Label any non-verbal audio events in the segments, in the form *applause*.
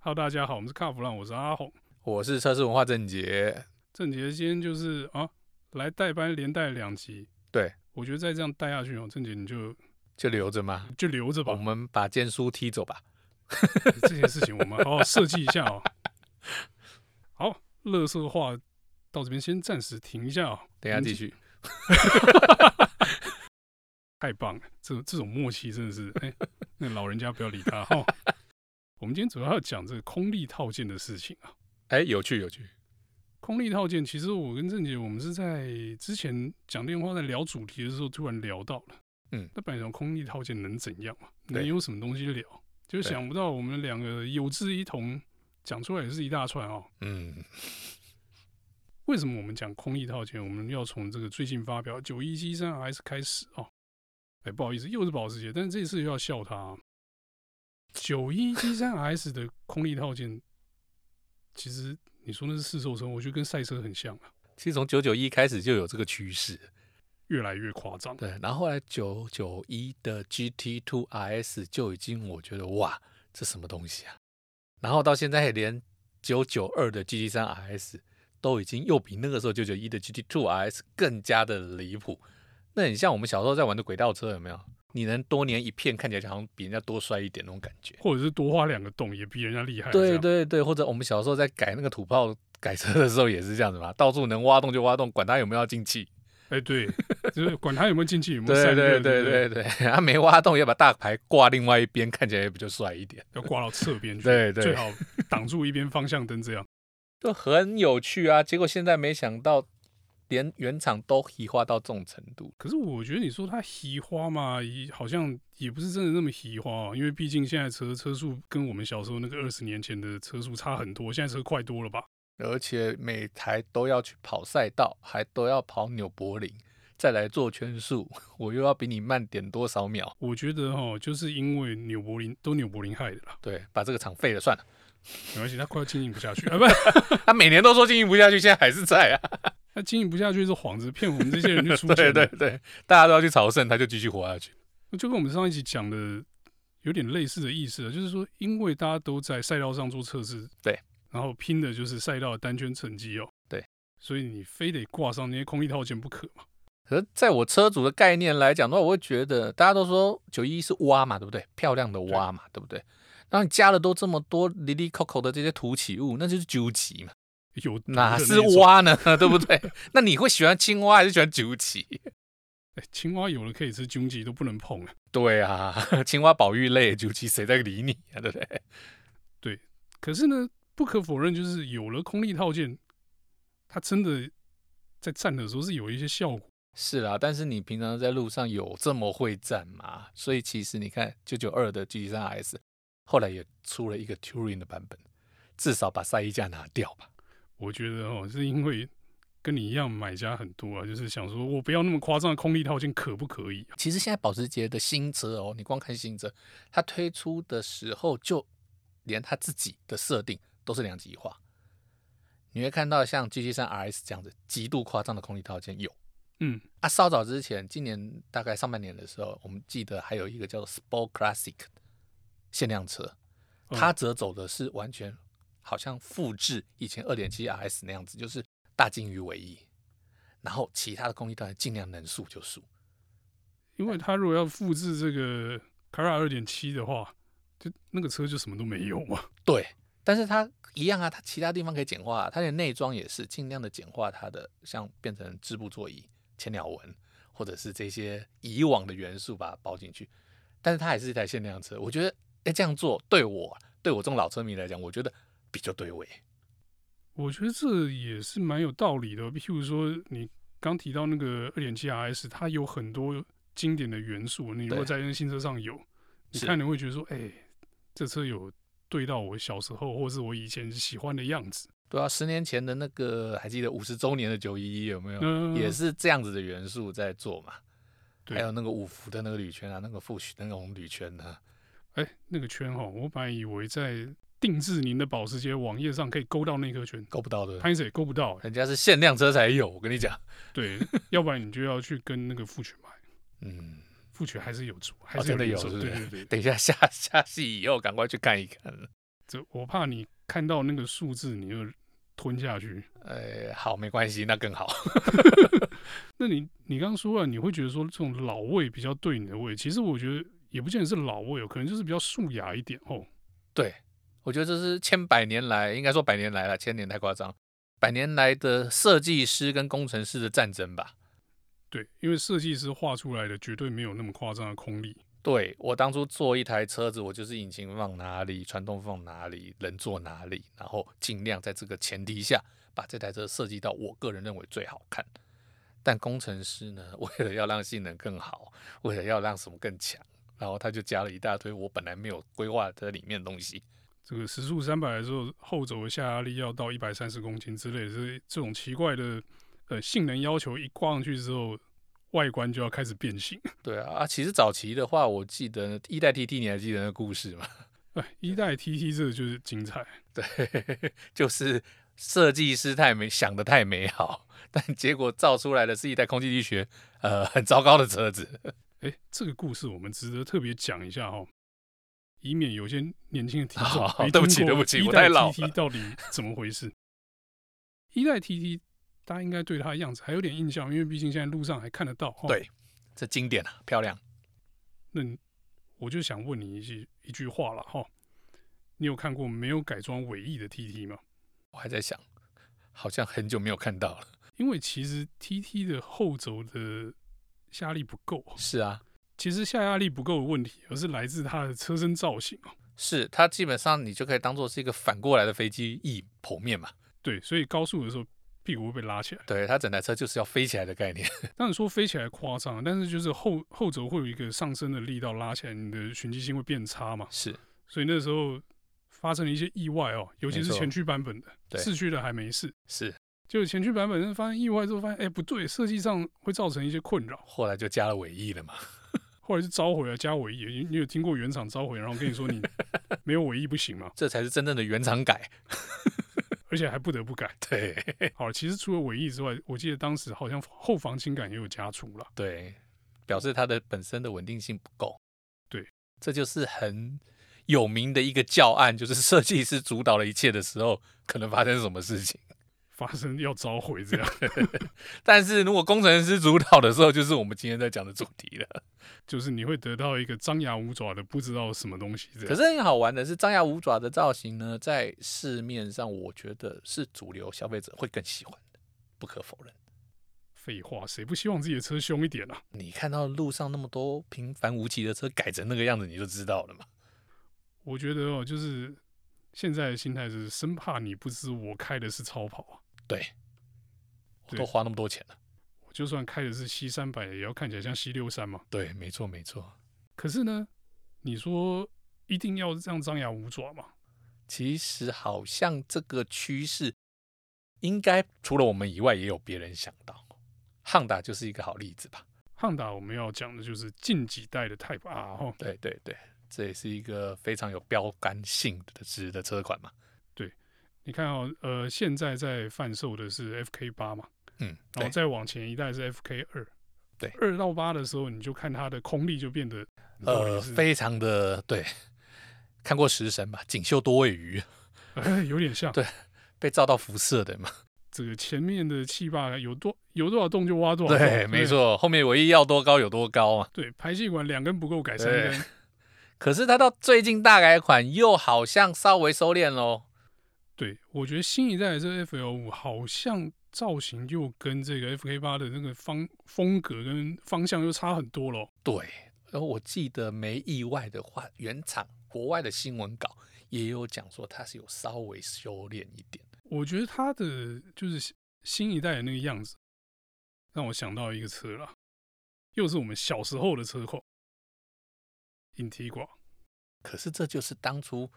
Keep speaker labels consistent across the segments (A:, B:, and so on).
A: Hello，大家好，我们是卡弗朗，我是阿红。
B: 我是车市文化郑杰，
A: 郑杰今天就是啊，来代班连带两集。
B: 对，
A: 我觉得再这样带下去哦，郑杰你就
B: 就留着嘛，
A: 就留着
B: 我
A: 吧。
B: 们把剑叔踢走吧。
A: 这件事情我们好好设计一下哦。 *laughs* 好，乐色话到这边先暂时停一下哦。
B: 等一下
A: 嗯
B: 继续，
A: 太棒了，这这种默契真的是，哎、那老人家不要理他哈。我们今天主要要讲这个空力套件的事情啊。
B: 哎、有趣有趣，
A: 空力套件，其实我跟郑姐我们是在之前讲电话在聊主题的时候突然聊到了，
B: 嗯
A: 那本来想空力套件能怎样嘛？
B: 对
A: 能有什么东西聊？就
B: 对
A: 想不到我们两个有志一同，讲出来也是一大串哦。
B: 嗯，
A: 为什么我们讲空力套件，我们要从这个最近发表九一七三 S 开始哦？哎，不好意思，又是保时捷，但是这次又要笑他、啊。九一七三 S 的空力套件，其实你说那是试售车，我觉得跟赛车很像啊，
B: 其实从九九一开始就有这个趋势，
A: 越来越夸张。
B: 对，然后后来九九一的 GT Two RS 就已经我觉得哇，这什么东西啊？然后到现在连九九二的 GT 三 RS 都已经又比那个时候九九一的 GT Two RS 更加的离谱。那很像我们小时候在玩的轨道车，有没有？你能多粘一片，看起来就好像比人家多摔一点那种感觉。
A: 或者是多花两个洞也比人家厉害。哎这
B: 对
A: 样，
B: 对对，或者我们小时候在改那个土炮改车的时候也是这样子嘛，到处能挖洞就挖洞，管它有没有要进气。
A: 哎
B: *laughs*
A: 对，就是管他有没有进气，有没有
B: 对
A: 散热，
B: 对
A: 对不
B: 对对， *laughs* 他、没挖洞，要把大牌挂另外一边，看起来也比较帅一点。
A: 要挂到侧边去，
B: 对对
A: 最好挡住一边方向灯这样。
B: 就很有趣啊！结果现在没想到，连原厂都移化到这种程度。
A: 可是我觉得你说它移花嘛，移好像也不是真的那么移花、哦，因为毕竟现在车车速跟我们小时候那个二十年前的车速差很多，现在车快多了吧？
B: 而且每台都要去跑赛道，还都要跑纽柏林，再来做圈数， *laughs* 我又要比你慢点多少秒。
A: 我觉得哈、哦，就是因为纽柏林都纽柏林害的啦，
B: 对，把这个厂废了算了。 *laughs*
A: 没关系，它快要经营不下去，啊不，
B: 他每年都说经营不下去，现在还是在啊。
A: 它经营不下去是幌子，骗我们这些人去出
B: *laughs*
A: 钱
B: 对
A: 的
B: 对对，大家都要去朝圣，他就继续活下去。
A: 就跟我们上一集讲的有点类似的意思啊，就是说，因为大家都在赛道上做测试，
B: 对，
A: 然后拼的就是赛道的单圈成绩哦，
B: 对，
A: 所以你非得挂上那些空力套件不可嘛。
B: 可是在我车主的概念来讲的话，我会觉得大家都说九一是蛙嘛，对不对？漂亮的蛙嘛，对不对？然后你加了都这么多离离扣扣的这些凸起物，那就是九级嘛，
A: 有毒的
B: 哪
A: *laughs* 那
B: 是
A: 种？
B: 蛙呢？ *laughs* 对不对？那你会喜欢青蛙还是喜欢九级？
A: 哎，青蛙有了可以吃，荆棘都不能碰啊。
B: 对啊， *laughs* 青蛙保育类九级谁在理你啊？对不对？
A: 可是呢，不可否认，就是有了空力套件，它真的在站的时候是有一些效果。
B: 是啦，但是你平常在路上有这么会站吗？所以其实你看九九二的 G 三 S 后来也出了一个 Touring 的版本，至少把晒衣架拿掉吧。
A: 我觉得哦，是因为跟你一样买家很多啊，就是想说我不要那么夸张的空力套件，可不可以啊？
B: 其实现在保时捷的新车哦，你光看新车，它推出的时候就连它自己的设定都是两极化。你会看到像 GT 三 RS 这样子极度夸张的空力套件有
A: 嗯，
B: 啊，稍早之前，今年大概上半年的时候，我们记得还有一个叫做 Sport Classic 限量车，
A: 嗯
B: 它则走的是完全好像复制以前2.7 RS 那样子，就是大金鱼尾翼，然后其他的空力套件尽量能速就速。
A: 因为他如果要复制这个卡拉二点七的话，就那个车就什么都没有嘛。
B: 对，但是它一样啊，它其他地方可以简化、啊它的内装也是尽量的简化它的，像变成织布座椅、千鸟纹，或者是这些以往的元素把它包进去。但是它还是一台限量车，我觉得，哎，这样做对我对我这种老车迷来讲，我觉得比较对味。
A: 我觉得这也是蛮有道理的。譬如说，你刚提到那个二点七 RS，它有很多经典的元素，你如果
B: 对
A: 在那新车上有，你
B: 是
A: 看你会觉得说，哎、这车有对到我小时候或是我以前喜欢的样子。
B: 对啊，十年前的那个还记得五十周年的九一一有没有？
A: 嗯
B: 也是这样子的元素在做嘛。
A: 对
B: 还有那个五福的那个铝圈啊，那个 Fush 那种铝圈啊呢、
A: 哎、那个圈哈，我本来以为在定制您的保时捷网页上可以勾到那颗圈，
B: 够不到的，
A: 潘 s 也勾不到、哎
B: 人家是限量车才有。我跟你讲，
A: 对，要不然你就要去跟那个父权买。
B: 嗯。
A: 复权还是有主，还
B: 哦真的
A: 零
B: 有
A: 售
B: 是不 *laughs*
A: 对
B: 是
A: 对对。
B: 等一下下下戏以后赶快去看一看。
A: 这我怕你看到那个数字你就吞下去。
B: 呃，好，没关系，那更好。 *laughs*
A: 那你你刚刚说了，啊你会觉得说这种老味比较对你的胃，其实我觉得也不见得是老味哦，可能就是比较素雅一点哦。
B: 对，我觉得这是千百年来，应该说百年来了，千年太夸张，百年来的设计师跟工程师的战争吧。
A: 对，因为设计师画出来的绝对没有那么夸张的空力。
B: 对我当初做一台车子，我就是引擎放哪里，传动放哪里，人坐哪里，然后尽量在这个前提下把这台车设计到我个人认为最好看。但工程师呢， *laughs* 为了要让性能更好，为了要让什么更强，然后他就加了一大堆我本来没有规划在里面的东西。
A: 这个时速三百的时候，后轴的下压力要到一百三十公斤之类的，所以这种奇怪的呃性能要求一挂上去之后，外观就要开始变形。
B: 对啊，啊，其实早期的话，我记得一代 TT，你还记得那个故事吗？
A: 哎，一代 TT 这个就是精彩，
B: 对，就是设计师太美想的太美好， *laughs* 但结果造出来的是一台空气力学呃很糟糕的车子。
A: 哎，这个故事我们值得特别讲一下哦，以免有些年轻的听众、
B: *laughs* 好
A: 没
B: 对不
A: 听
B: 起对
A: 过
B: 不起
A: 一
B: 我
A: 代
B: 太老
A: TT 到底怎么回事？一代 TT 大家应该对它的样子还有点印象，因为毕竟现在路上还看得到。哦、
B: 对，这经典啊，漂亮。
A: 那你我就想问你一句一句话了哈，你有看过没有改装尾翼的 TT 吗？
B: 我还在想，好像很久没有看到了。
A: 因为其实 TT 的后轴的下压力不够，
B: 是啊，
A: 其实下压力不够的问题，而是来自它的车身造型哦。
B: 是它基本上你就可以当做是一个反过来的飞机翼剖面嘛。
A: 对，所以高速的时候屁股会被拉起来。
B: 对，它整台车就是要飞起来的概念。 *laughs*
A: 当然说飞起来夸张，但是就是后后轴会有一个上升的力道拉起来，你的循迹性会变差嘛。
B: 是
A: 所以那时候发生了一些意外哦，尤其
B: 没
A: 是
B: 错
A: 前驱版本的，
B: 对
A: 四驱的还没事。
B: 是，
A: 就前驱版本发现意外之后，发现哎、不对，设计上会造成一些困扰，
B: 后来就加了尾翼了嘛。
A: 后来就召回了加尾翼。你你有听过原厂召回，然后跟你说
B: *laughs*
A: 你没有尾翼不行嘛，
B: 这才是真正的原厂改。 *laughs*
A: 而且还不得不改。
B: 对
A: 好，其实除了尾翼之外，我记得当时好像后防倾杆也有加粗了。
B: 对，表示它的本身的稳定性不够。
A: 对，
B: 这就是很有名的一个教案，就是设计师主导了一切的时候，可能发生什么事情。
A: 发生要召回这样，
B: 但是如果工程师主导的时候，就是我们今天在讲的主题了。
A: 就是你会得到一个张牙舞爪的不知道什么东西这
B: 可
A: 样。
B: 是很好玩的是，张牙舞爪的造型呢，在市面上我觉得是主流消费者会更喜欢的，不可否认。
A: 废话，谁不希望自己的车凶一点啊？
B: 你看到路上那么多平凡无奇的车改成那个样子，你就知道了嘛。
A: 我觉得哦，就是现在的心态是生怕你不知我开的是超跑啊，
B: 对，我
A: 对
B: 都花那么多钱了。
A: 我就算开的是 C 三百，也要看起来像 C 六三嘛。
B: 对，没错，没错。
A: 可是呢，你说一定要这样张牙舞爪嘛？
B: 其实好像这个趋势，应该除了我们以外，也有别人想到。汉达就是一个好例子吧。
A: 汉达我们要讲的就是近几代的 Type R 哦哈，
B: 对对对，这也是一个非常有标杆性的值的车款嘛。
A: 你看哦，呃，现在在贩售的是 FK 八嘛，
B: 嗯，
A: 然
B: 对
A: 后再往前一代是 FK 二，
B: 对
A: 二到八的时候，你就看它的空力就变得到底
B: 呃，
A: 是
B: 非常的对。看过《食神》吧，锦绣多尾鱼
A: 哎 *laughs* 有点像
B: 呃对被照到辐射的嘛。
A: 这个前面的气坝有多有多少洞就挖多少洞，
B: 对，没，错，后面唯一要多高有多高嘛。
A: 对，排气管两根不够改三
B: 对 *laughs*
A: 根，
B: 可是它到最近大改款又好像稍微收敛喽。
A: 对，我觉得新一代的这个 FL 五好像造型又跟这个 FK 八的那个方风格跟方向又差很多了哦。
B: 对，然后我记得没意外的话，原厂国外的新闻稿也有讲说它是有稍微收敛一点。
A: 我觉得它的就是新一代的那个样子，让我想到一个车啦，又是我们小时候的车况，Integra。
B: 可是这就是当初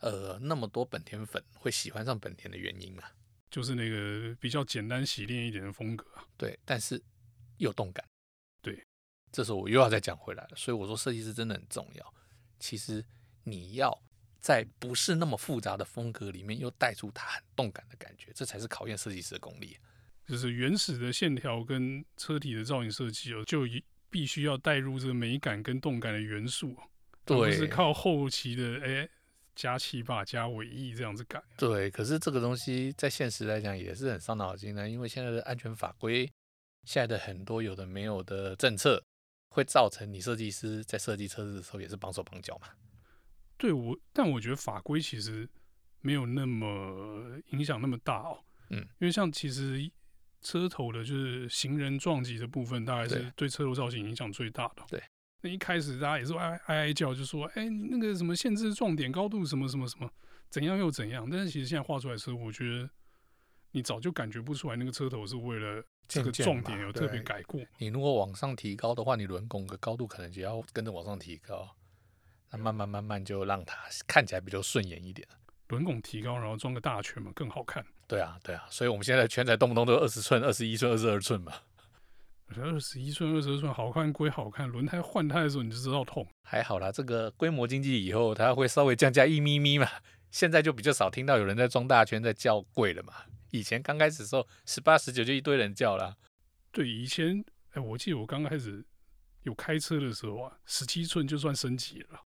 B: 呃那么多本田粉会喜欢上本田的原因啊嘛。
A: 就是那个比较简单洗练一点的风格啊，
B: 对，但是又动感。
A: 对，
B: 这时候我又要再讲回来了，所以我说设计师真的很重要。其实你要在不是那么复杂的风格里面，又带出它很动感的感觉，这才是考验设计师的功力。啊
A: 就是原始的线条跟车体的造型设计哦，就一必须要带入这个美感跟动感的元素哦，而不
B: 对，
A: 是靠后期的哎加气坝、加尾翼这样子改。
B: 对，可是这个东西在现实来讲也是很伤脑筋的，因为现在的安全法规，现在的很多有的没有的政策，会造成你设计师在设计车子的时候也是绑手绑脚嘛。
A: 对我，但我觉得法规其实没有那么影响那么大哦。
B: 嗯，
A: 因为像其实车头的就是行人撞击的部分，大概是
B: 对
A: 对车头造型影响最大的哦。
B: 对
A: 那一开始大家也是哀哀哀叫，就说哎你那个什么限制撞点高度什么什么什么，怎样又怎样。但是其实现在画出来的车，我觉得你早就感觉不出来那个车头是为了这个
B: 渐渐
A: 撞点
B: 嘛
A: 有特别
B: 对
A: 改过。
B: 你如果往上提高的话，你轮拱的高度可能就要跟着往上提高，那慢慢慢慢就让它看起来比较顺眼一点。
A: 轮拱提高，然后装个大圈嘛，更好看。
B: 对啊，对啊，所以我们现在的圈才动不动都二十寸、二十一寸、二十二寸嘛，
A: 二十一寸、二十二寸好看归好看，轮胎换胎的时候你就知道痛。
B: 还好啦。这个规模经济以后，它会稍微降价一咪咪嘛。现在就比较少听到有人在装大圈在叫贵了嘛。以前刚开始的时候，十八、十九就一堆人叫啦。
A: 对，以前哎、我记得我刚开始有开车的时候啊，十七寸就算升级了，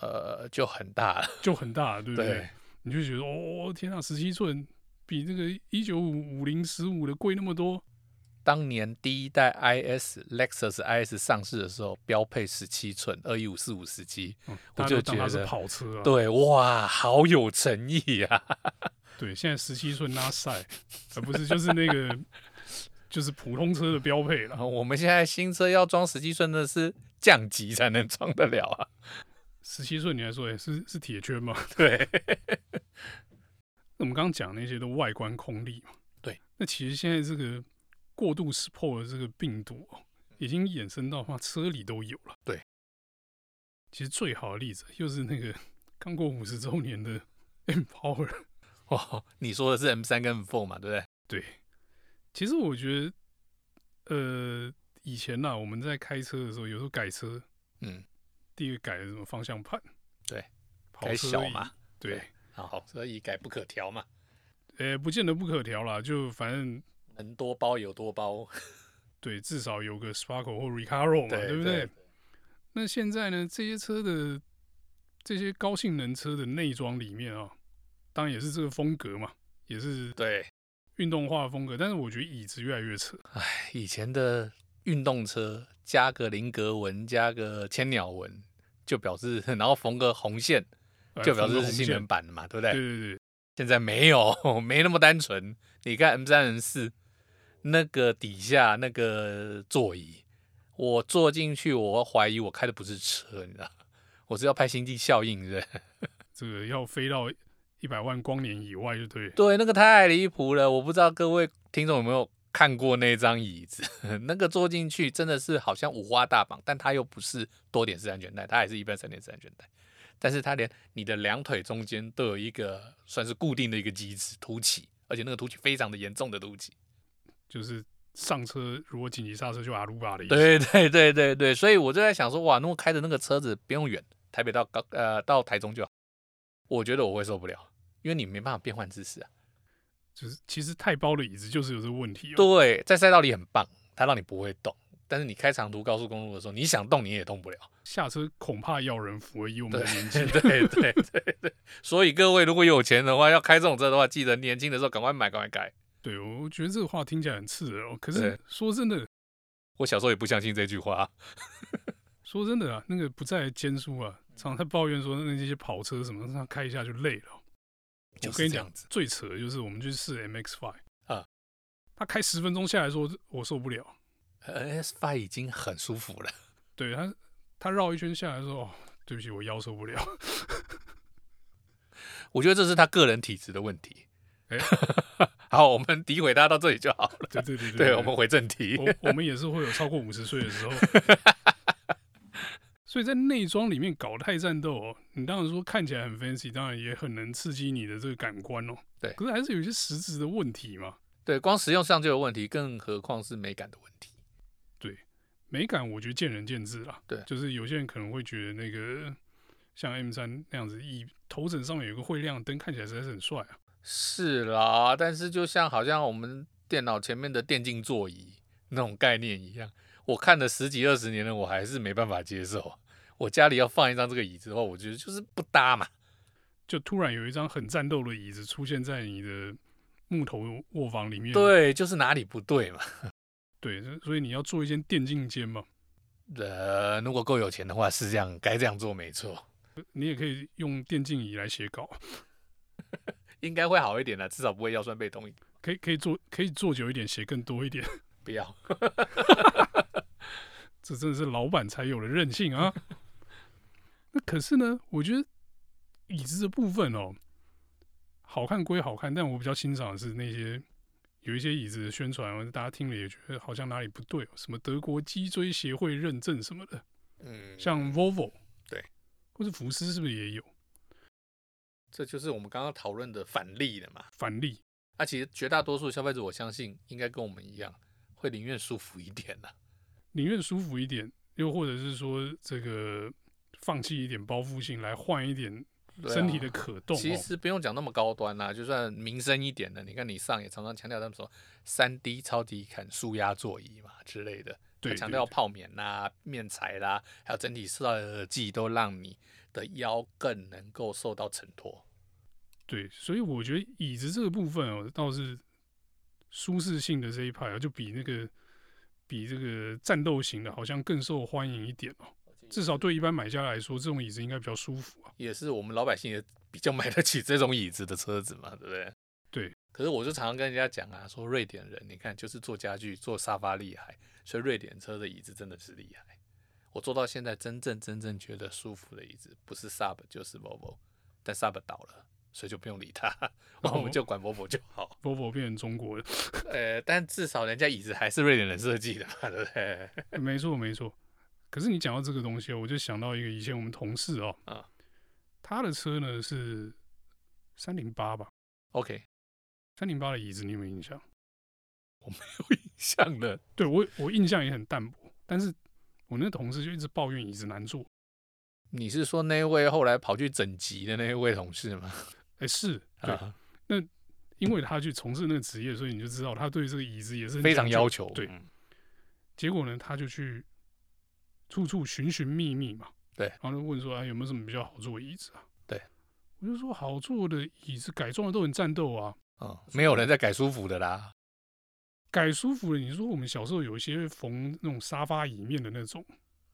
B: 呃，就很大了。
A: 就很大了，对不对？
B: 对
A: 你就觉得哦，天啊，十七寸比那个一九五五零十五的贵那么多。
B: 当年第一代 IS Lexus IS 上市的时候，标配十七寸，二一五四五十七，
A: 嗯、
B: 我
A: 大家
B: 就
A: 都当它
B: 觉
A: 是
B: 得
A: 跑车啊。
B: 对，哇，好有诚意啊！ *laughs*
A: 对现在十七寸拉塞，而不是就是那个 *laughs* 就是普通车的标配
B: 然
A: 了。
B: 后我们现在新车要装十七寸的是降级才能装得了啊。 *laughs*
A: 十七寸你还说哎、是是铁圈吗？
B: 对，
A: 那我们刚刚讲那些都外观空力嘛，
B: 对。
A: 那其实现在这个过度 sport 的这个病毒、哦，已经衍生到话车里都有了。
B: 对。
A: 其实最好的例子又是那个 *laughs* 刚过五十周年的 *laughs* M Power。
B: 哦，你说的是 M 三跟 M four 嘛，对不对？
A: 对。其实我觉得，呃，以前呐、我们在开车的时候，有时候改车，
B: 嗯，
A: 第一个改的什么方向盘，
B: 对，
A: 跑
B: 改
A: 车
B: 小
A: 椅
B: 嘛，
A: 对
B: 对。好，所以改不可调嘛，
A: 呃，不见得不可调啦，就反正
B: 能多包有多包， *laughs*
A: 对，至少有个 Sparkle 或 Recaro 嘛，
B: 对
A: 不
B: 对
A: 对？那现在呢，这些车的这些高性能车的内装里面啊、当然也是这个风格嘛，也是
B: 对，
A: 运动化的风格，但是我觉得椅子越来越扯。
B: 以前的运动车加个菱格纹，加个千鸟纹，就表示， *laughs* 然后缝个红线，
A: 呃
B: 就表
A: 缝
B: 示
A: 个
B: 是
A: 红
B: 性
A: 线
B: 能版的嘛，对不
A: 对
B: 对？
A: 对对，
B: 现在没有， *laughs* 没那么单纯。你看 M 三 M 四那个底下那个座椅，我坐进去，我怀疑我开的不是车，你知道，我是要拍《星际效应》是不是？
A: 这个要飞到一百万光年以外就对了。
B: 对，那个太离谱了，我不知道各位听众有没有看过那张椅子， *laughs* 那个坐进去真的是好像五花大绑，但它又不是多点式安全带，它还是一般三点式安全带，但是它连你的两腿中间都有一个算是固定的一个机制凸起，而且那个凸起非常的严重的凸起。
A: 就是上车如果紧急刹车就阿鲁巴的意思。
B: 对 *laughs* 对对对对，所以我就在想说，哇，那么开的那个车子不用远，台北到高呃到台中就好，我觉得我会受不了，因为你没办法变换姿势啊。
A: 就是其实太包的椅子就是有这个问题、哦。
B: 对，在赛道里很棒，它让你不会动，但是你开长途高速公路的时候，你想动你也动不
A: *laughs*
B: 了。
A: 下车恐怕要人扶而已，以我们
B: 对
A: 的年纪
B: 对对对对对，所以各位如果有钱的话，要开这种车的话，记得年轻的时候赶快买，赶快改。
A: 对，我觉得这个话听起来很刺耳、哦，可是
B: 对
A: 说真的，
B: 我小时候也不相信这句话啊，
A: 说真的啊，那个不在监叔啊，常常在抱怨说那些跑车什么，他开一下就累了哦。
B: 就
A: 我跟
B: 是
A: 你
B: 这
A: 讲
B: 样子，。
A: 最扯的就是我们去试 MX Five
B: 啊，
A: 他开十分钟下来说我受不了，
B: 呃 S Five 已经很舒服了，
A: 对他他绕一圈下来说哦，对不起，我腰受不了。 *laughs*
B: 我觉得这是他个人体质的问题
A: 哎。
B: 好，我们诋毁他到这里就好了。
A: 对对对对
B: 对，我们回正题。
A: 我我们也是会有超过五十岁的
B: *laughs*
A: 时候，所以在内装里面搞太战斗哦，你当然说看起来很 fancy，当然也很能刺激你的这个感官哦。
B: 对
A: 可是还是有一些实质的问题嘛。
B: 对，光使用上就有问题，更何况是美感的问题。
A: 美感我觉得见仁见智啦。
B: 对
A: 就是有些人可能会觉得那个像 M 三那样子，一头枕上面有一个会亮的灯，看起来实在是很帅啊。
B: 是啦，但是就像好像我们电脑前面的电竞座椅那种概念一样，我看了十几二十年了，啊我还是没办法接受。我家里要放一张这个椅子的话，我觉得就是不搭嘛。
A: 就突然有一张很战斗的椅子出现在你的木头卧房里面。
B: 对，就是哪里不对嘛。
A: 对，所以你要做一间电竞间嘛，
B: 呃，如果够有钱的话，是这样，该这样做没错，
A: 你也可以用电竞椅来写稿， *laughs*
B: 应该会好一点的，至少不会腰酸背痛。
A: 可以可以做可以做久一点，写更多一点， *laughs*
B: 不要，
A: 这真的是老板才有的任性啊。 *laughs* 那可是呢，我觉得椅子的部分哦，好看归好看，但我比较欣赏的是那些有一些椅子的宣传，大家听了也觉得好像哪里不对、哦，什么德国脊椎协会认证什么的，
B: 嗯，
A: 像 Volvo
B: 对，
A: 或是福斯是不是也有
B: 这就是我们刚刚讨论的反例了嘛。
A: 反例？
B: 那、其实绝大多数消费者，我相信应该跟我们一样，会宁愿舒服一点的。
A: 宁愿舒服一点，又或者是说这个放弃一点包覆性，来换一点
B: 对啊
A: 身体的可动、哦。
B: 其实不用讲那么高端啦、就算民生一点的，你看你上也常常强调他们说三 D 超低砍舒压座椅嘛之类的，
A: 对
B: 他强调泡棉啦、面材啦，还有整体设计都让你的腰更能够受到承托。
A: 对，所以我觉得椅子这个部分哦，倒是舒适性的这一派啊，就比那个比这个战斗型的，好像更受欢迎一点哦。至少对一般买家来说，这种椅子应该比较舒服啊。
B: 也是我们老百姓也比较买得起这种椅子的车子嘛，对不对？
A: 对。
B: 可是我就常常跟人家讲啊，说瑞典人，你看就是做家具、做沙发厉害，所以瑞典车的椅子真的是厉害。我坐到现在真正真正觉得舒服的椅子，不是 Sub 就是 Volvo，但 Sub 倒了，所以就不用理
A: *laughs*
B: 它，我们就管 Volvo 就好。
A: Volvo 变成中国的，
B: 呃，但至少人家椅子还是瑞典人设计的嘛，对不对？
A: *laughs* 没错没错。可是你讲到这个东西哦，我就想到一个以前我们同事哦，
B: 啊
A: 他的车呢是三零八吧，
B: ，OK，
A: 三零八的椅子你有没有印象？
B: 有影响了。
A: 对我我印象也很淡薄，但是我那同事就一直抱怨椅子难坐。
B: 你是说那位后来跑去整级的那位同事吗？
A: 哎，是对，
B: 啊，
A: 因为他去从事那个职业，所以你就知道他对这个椅子也是很
B: 非常
A: 讲究
B: 要。求。
A: 对
B: 嗯
A: 结果呢，他就去处处寻寻觅觅嘛，
B: 对
A: 然后就问说，哎，有没有什么比较好坐的椅子啊？
B: 对，
A: 我就说好坐的椅子改装的都很战斗啊，
B: 嗯，没有人在改舒服的啦。
A: 改舒服了。你说我们小时候有一些缝那种沙发椅面的那种，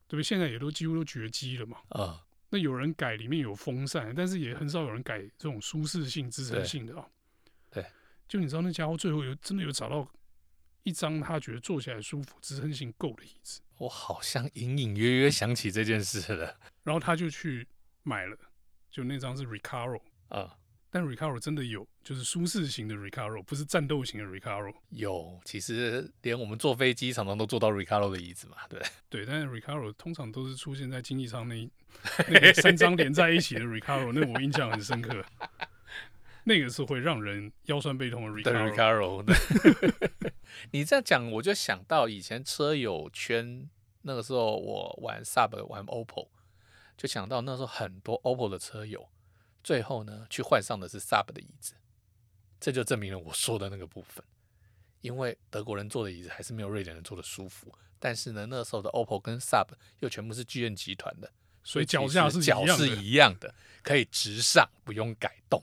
A: 对不对？现在也都几乎都绝迹了嘛。
B: 嗯，
A: 那有人改里面有风扇，但是也很少有人改这种舒适性、支撑性的啊。
B: 对，
A: 就你知道那家伙最后有真的有找到一张他觉得坐起来舒服、支撑性够的椅子，
B: 我好像隐隐约约想起这件事了。
A: 然后他就去买了，就那张是 Recaro，
B: 嗯，
A: 但 Recaro 真的有，就是舒适型的 Recaro，不是战斗型的 Recaro。
B: 有，其实连我们坐飞机常常都坐到 Ricardo 的椅子嘛，对不对，
A: 对，但是 Recaro 通常都是出现在经济舱那
B: *laughs*
A: 一那个三张连在一起的 Recaro，那我印象很深
B: *laughs*
A: 刻。那个是会让人腰酸背痛的
B: 对
A: Recaro。
B: Ricardo。对 *laughs* 你这样讲，我就想到以前车友圈那个时候，我玩 Sub 玩 OPPO，就想到那时候很多 OPPO 的车友，最后呢去换上的是 Sub 的椅子，这就证明了我说的那个部分。因为德国人坐的椅子还是没有瑞典人坐的舒服，但是呢，那时候的 OPPO 跟 Sub 又全部是巨人集团的，
A: 所以
B: 其
A: 脚架
B: 实
A: 是一
B: 脚
A: 样
B: 是
A: 的
B: 一样的，可以直上，不用改动。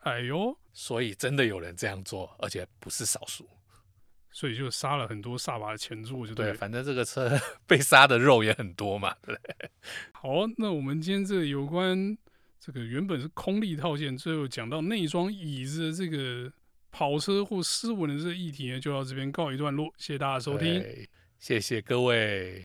A: 哎呦，
B: 所以真的有人这样做，而且不是少数。
A: 所以就杀了很多萨巴的前作，就对
B: 对，
A: 了。
B: 反正这个车 *laughs* 被杀的肉也很多嘛，对不对？
A: 好，那我们今天这个有关这个原本是空力套件，最后讲到内装椅子的这个跑车或斯文的这个议题呢，就到这边告一段落。谢谢大家收听。
B: 哎对，谢谢各位。